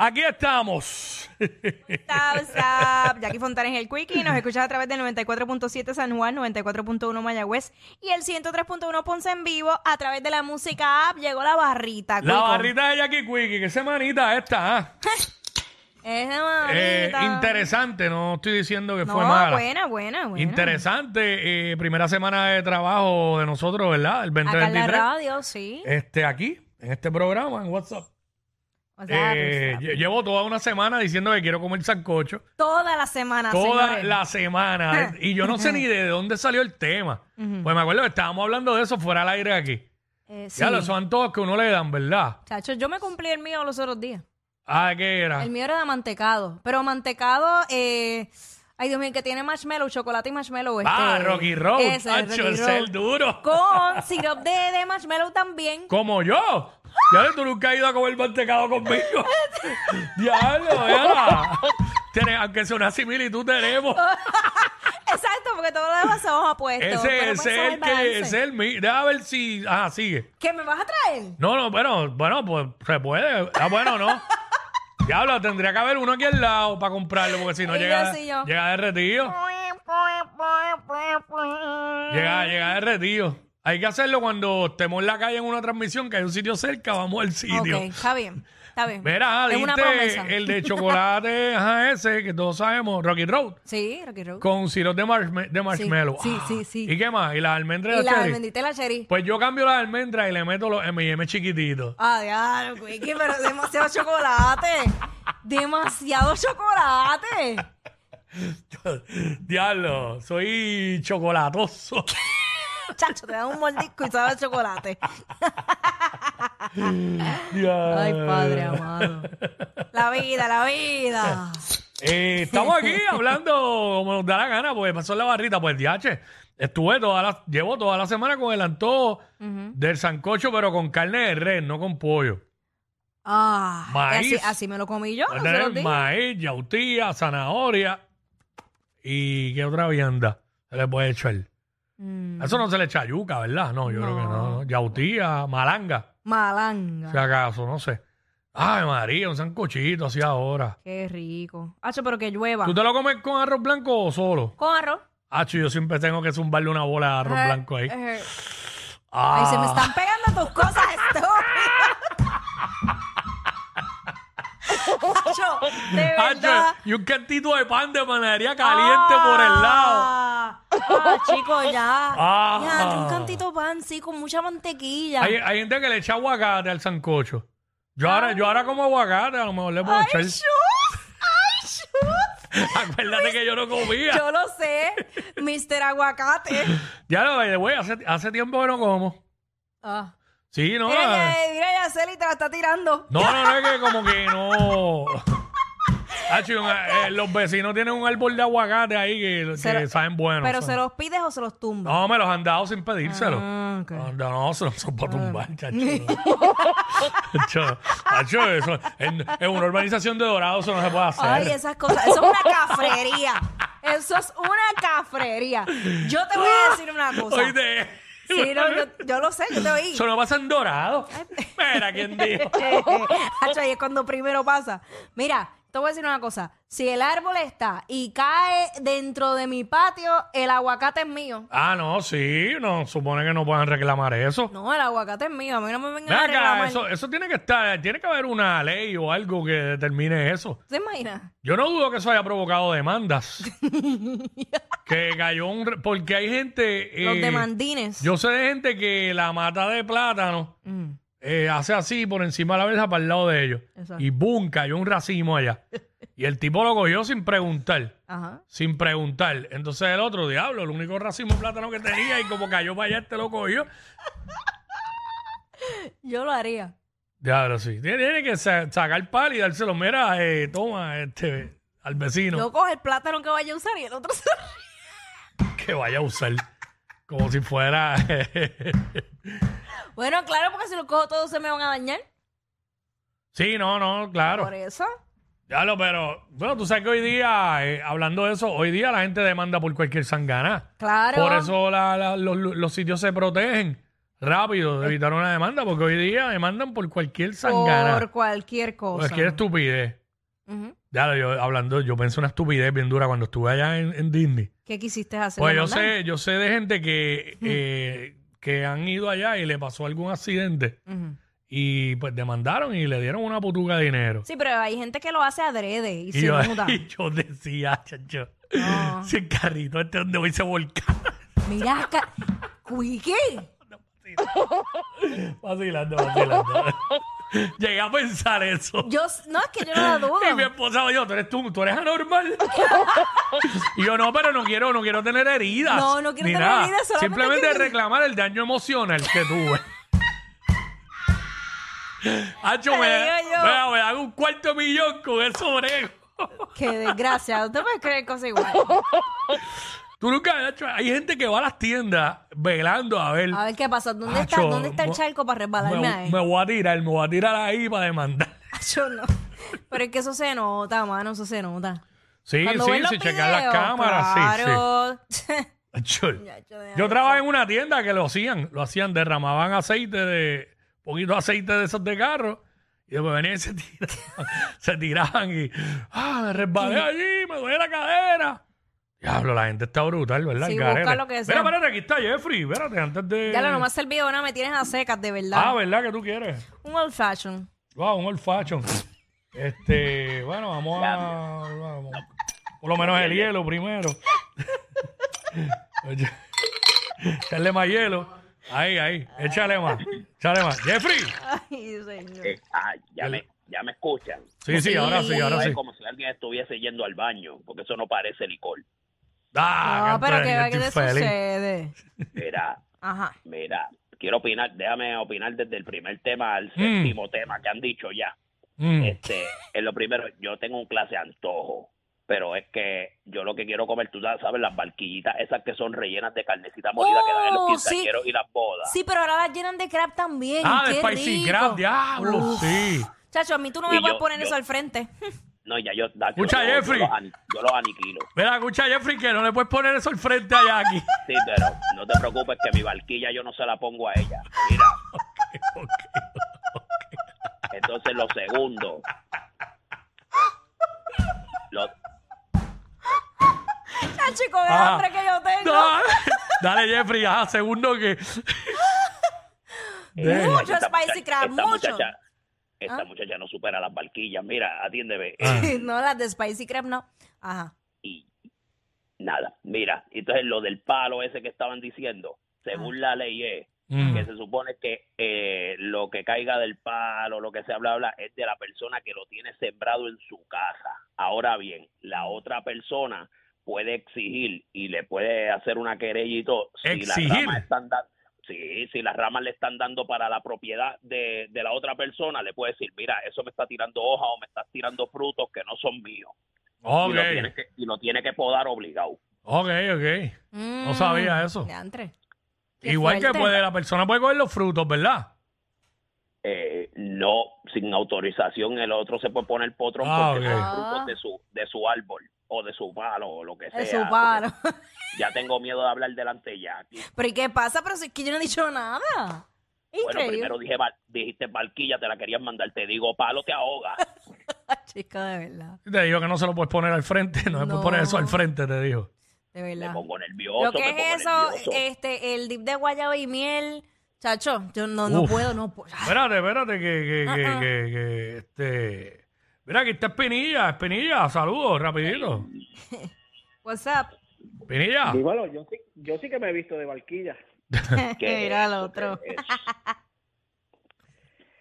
Aquí estamos. What's up? Jackie Fontanes el Quickie. Nos escuchas a través del 94.7 San Juan, 94.1 Mayagüez y el 103.1 Ponce en vivo a través de la música app. Llegó la La barrita. Quico. barrita de Jackie Quickie, qué semanita esta. ah. Esa Eh, barrita. interesante, no estoy diciendo que No, fue mala. buena, buena, buena. Interesante, eh, primera semana de trabajo de nosotros, ¿verdad? El Acá en la 2023. radio, sí. Este, aquí, en este programa, en WhatsApp. O sea, Eh, pues, lle- llevo toda una semana diciendo que quiero comer sancocho. toda la semana, toda señores. la semana. y yo no sé ni de dónde salió el tema. Pues me acuerdo que estábamos hablando de eso fuera al aire aquí. Eh, sí. Ya los antojos que uno le dan, ¿verdad? Chacho, yo me cumplí el mío los otros días. Ah, ¿qué era? El mío era de mantecado. Pero mantecado, eh, ay Dios mío, que tiene marshmallow, chocolate y marshmallow. Ah, este, Rocky Road. ese, Hacho, Rocky ese Road. es el duro. Con syrup de, de marshmallow también. Como yo. Ya tú nunca has ido a comer mantecado conmigo. Diablo, era. Tiene- aunque sea una similitud tenemos. Exacto, porque todos los demás somos opuestos. Ese, pero ese pues somos es el que, balance. ese es el mío. Deja ver si. Ah, sigue. ¿Qué me vas a traer? No, no, bueno, bueno, pues se puede. Ah, bueno, no. Diablo, tendría que haber uno aquí al lado para comprarlo, porque si no Y yo, llega, sí, yo. llega derretido. Llega, llega derretido. Hay que hacerlo cuando estemos en la calle en una transmisión, que hay un sitio cerca, vamos al sitio. Ok, está bien, está bien. Mira, ah, es una dijiste promesa. el de chocolate, ajá, ese que todos sabemos, Rocky Road, Sí, Rocky Road. con sirope de, marshma- de marshmallow. sí, Ah, sí, sí. ¿Y qué más? ¿Y las almendras y de la cherry? bendita la cherry. Pues yo cambio las almendras y le meto los M&M chiquititos. Ah, diablo, Quickie, pero demasiado chocolate. Demasiado chocolate. Diablo, soy chocolatoso. Chacho, te da un mordisco y sabe a chocolate. Diablo. Ay, padre amado. La vida, la vida. Eh, estamos aquí hablando como nos da la gana, porque pasó en la barrita, pues diache. Estuve toda la, llevo toda la semana con el antojo del sancocho, pero con carne de res, no con pollo. Ah, Maíz. y Así, así me lo comí yo. Va a Ah, los tener otros días. maíz, yautía, zanahoria y qué otra vianda se le puede echar. Mm, Eso no se le echa yuca, ¿verdad? No, yo creo que no. no. Yautía, malanga, malanga. si acaso, no sé. Ay, María, un sancochito así ahora. Qué rico. Hacho, pero que llueva. ¿Tú te lo comes con arroz blanco o solo? Con arroz. Hacho, yo siempre tengo que zumbarle una bola de arroz Eh, blanco ahí. eh, Ah, Ay, se me están pegando tus cosas, estúpido. Hacho, de Hacho, verdad. y un cantito de pan de panadería caliente por el lado. Ah, ah, chico, ya. Ah. Ya, que un cantito pan, sí, con mucha mantequilla. Hay, hay gente que le echa aguacate al sancocho. Yo ahora, yo ahora como aguacate, a lo mejor le puedo ¡Ay, echar. chus! ¡Ay, chus! Acuérdate que yo no comía. Yo lo sé, Mr. Aguacate. Ya lo de güey, hace, hace tiempo que no como. Ah. Sí, no. Mira, la- ya, mira, ya, Celi te la está tirando. No, no, no, es que como que no. Hacho, un- eh, los vecinos tienen un árbol de aguacate ahí que, Se que lo- saben bueno. ¿Pero se saben. los pides o se los tumbas? No, me los han dado sin pedírselo. Ah, ok. No, no, no, se los son para tumbar, chacho. chacho, chacho, eso, en, en una urbanización de dorados eso no se puede hacer. Ay, esas cosas, eso es una cafrería. Eso es una cafrería. Yo te voy a decir una cosa. Oíste. Sí, no, yo, yo lo sé, yo te oí. Eso no pasa en dorado. Mira quién dijo. Hacho, ahí es cuando primero pasa. Mira, te voy a decir una cosa. Si el árbol está y cae dentro de mi patio, el aguacate es mío. Ah, no, sí, no, supone que no puedan reclamar eso. No, el aguacate es mío. A mí no me vengan Ven a acá, reclamar. eso, eso tiene que estar, tiene que haber una ley o algo que determine eso. ¿Te imaginas? Yo no dudo que eso haya provocado demandas. que cayó un... re- Porque hay gente... Los eh, demandines. Yo sé de gente que la mata de plátano Mm. eh, hace así por encima de la verja para el lado de ellos. Exacto. Y boom, cayó un racimo allá. y el tipo lo cogió sin preguntar. Ajá. Sin preguntar. Entonces el otro, diablo, el único racimo de plátano que tenía y como cayó para allá, este lo cogió. Yo lo haría. Diablo, sí. Tiene, tiene que sa- sacar pal y dárselo. Mira, eh, toma, este, al vecino Yo cojo el plátano que vaya a usar y el otro se ríe. que vaya a usar. Como si fuera. Bueno, claro, porque si lo cojo todo se me van a dañar. sí, no, no, Por claro. eso. Diablo, pero. Bueno, tú sabes que hoy día, eh, hablando de eso, hoy día la gente demanda por cualquier sangana. Claro. Por eso la- la- los, los sitios se protegen rápido de Eh. evitar una demanda, porque hoy día demandan por cualquier sangana. Por cualquier cosa. Cualquier estupidez. Ujú. Ya, yo, hablando, yo pensé una estupidez bien dura cuando estuve allá en, en Disney. ¿Qué quisiste hacer? Pues yo Amanda? sé, yo sé de gente que, eh, que han ido allá y le pasó algún accidente Ujú. y pues demandaron y le dieron una putuca de dinero. Sí, pero hay gente que lo hace adrede y, y se yo, muda. y yo decía, chacho, No. si el carrito este donde voy se volca. Mira, ca- Quique. vacilando, vacilando. Llegué a pensar eso. Yo, s- no, es que yo no la dudo. Y mi esposa me dijo, tú eres tú, tú eres anormal. y yo, no, pero no quiero, no quiero tener heridas. No, no quiero ni tener nada. heridas, solamente Simplemente quiero- reclamar el daño emocional que tuve. Hacho, Te me, digo da- yo. vea, me hago un cuarto millón con eso, brego. Qué desgracia. Usted puede creer cosas igual. Tú nunca has hecho... Hay gente que va a las tiendas velando a ver... A ver qué pasa. ¿Dónde, está, Acho, ¿dónde está Ah, el mo- charco para resbalarme me, ahí? me voy a tirar, me voy a tirar ahí para demandar. Acho, no. Pero es que eso se nota, mano. Eso se nota. Sí, Cuando sí, ven los si checar las videos, cámaras, sí, claro. sí. Acho. Acho, deja Yo eso. trabajé en una tienda que lo hacían, lo hacían, derramaban aceite de, poquito aceite de esos de carro, y después venían y se tiraban, se tiraban y, ah, me resbalé allí, me duele la cadera. Diablo, la gente está brutal, ¿verdad? Sí, El garete. busca lo que sea. Mira, espérate, aquí está Jeffrey, espérate, antes de... Ya lo no me ha servido nada, me tienes a secas, de verdad. ah, ¿verdad que tú quieres? Un old fashion. Wow, un old fashion. Este, bueno, vamos a. vamos. Por lo menos el hielo primero. Oye, Echarle más hielo. Ahí, ahí. Échale más. Échale más. Jeffrey. Ay, señor. Eh, ah, ya, me, ya me escuchan. Sí, sí, ahora sí, ahora No Ah, sí. es como si alguien estuviese yendo al baño, porque eso no parece licor. Ah, No, pero cantar, que yo va que te estoy feliz. sucede. Mira, Ajá. mira, quiero opinar, déjame opinar desde el primer tema al Mm. séptimo tema que han dicho ya. Mm. Este, en lo primero, yo tengo un clase de antojo, pero es que yo lo que quiero comer, tú sabes, las barquillitas esas que son rellenas de carnecita molida que dan en Oh, los sí. quinceañeros y las bodas. Sí, pero ahora las llenan de crab también. Ah, de Qué Spicy rico. Crab, diablo, Uf. sí. Chacho, a mí tú no Y me yo- puedes poner yo- eso al frente. No, ya yo, yo, Escucha, yo- yo Jeffrey. los ani- yo los aniquilo. Mira, escucha, Jeffrey, que no le puedes poner eso al frente allá aquí. Sí, pero no te preocupes que mi barquilla yo no se la pongo a ella. Mira. Entonces lo segundo. Lo, Chacho, y con el Ah. hambre que yo tengo. No. Dale, Jeffrey, ajá, segundo que. eh, De- Mucho esta spicy muchacha- crab, esta mucho. Muchacha, esta Ah. muchacha no supera las barquillas. Mira, atiéndeme. Ah. Eh, no, las de spicy crab no. Ajá. y nada, mira. Entonces lo del palo ese que estaban diciendo, según Ah. la ley es Mm. que se supone que eh, lo que caiga del palo, lo que se bla, bla, es de la persona que lo tiene sembrado en su casa. Ahora bien, la otra persona puede exigir y le puede hacer una querella y todo. Si Exigir. las ramas están da- sí, si las ramas le están dando para la propiedad de, de la otra persona, le puede decir, mira, eso me está tirando hojas o me está tirando frutos que no son míos. Ok, Y, lo tiene que, y lo tiene que podar obligado. ok, ok. No sabía eso. Mm, Qué Igual que fuerte. puede, la persona puede coger los frutos, ¿verdad? Eh, no, sin autorización el otro se puede poner potrón Ah, porque ok. son frutos Ah. de su, de su árbol o de su palo o lo que sea. Es su palo. Ya tengo miedo de hablar delante de Jackie. Pero ¿y qué pasa? Pero si es que yo no he dicho nada. Bueno, Increíble. primero dije, bar- dijiste barquilla, te la querías mandar, te digo, palo te ahoga. Ah, Chica, de verdad. Te digo que no se lo puedes poner al frente, no, se No. puedes poner eso al frente, te dijo. De Me verdad. pongo nervioso. Lo que me pongo es eso, nervioso. este, el dip de guayaba y miel. Chacho, yo no, no Uf. puedo, no puedo. Espérate, espérate, que, que, que, Ah, ah. que, que, este. Mira, aquí está Espinilla, Espinilla, saludos, rapidito. What's up? Espinilla. Dímelo, yo sí, yo sí que me he visto de barquilla. ¿Qué Mira al es eso? Pues, otro. ¿Qué es?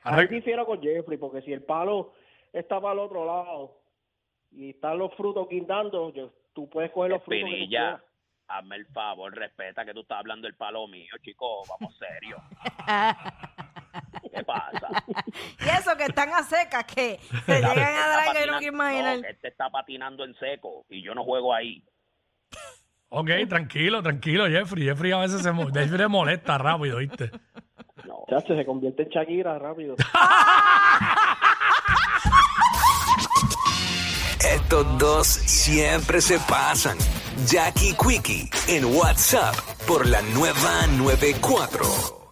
Ahí arre- difiero con Jeffrey, porque si el palo está para el otro lado y están los frutos guindando, yo- tú puedes coger los frutos. que tú Espinilla, quieras. hazme el favor, respeta que tú estás hablando del palo mío, chico, vamos serio. ¿Qué pasa? Y eso que están a secas, que se llegan a dar que yo no Patinando. quiero imaginar. No, que este está patinando en seco y yo no juego ahí. Ok, tranquilo, tranquilo, Jeffrey. Jeffrey a veces se, mo- Jeffrey se molesta rápido, ¿viste? No. Chacho, se convierte en Shakira rápido. Estos dos siempre se pasan. Jackie Quickie en WhatsApp por la nueva 94.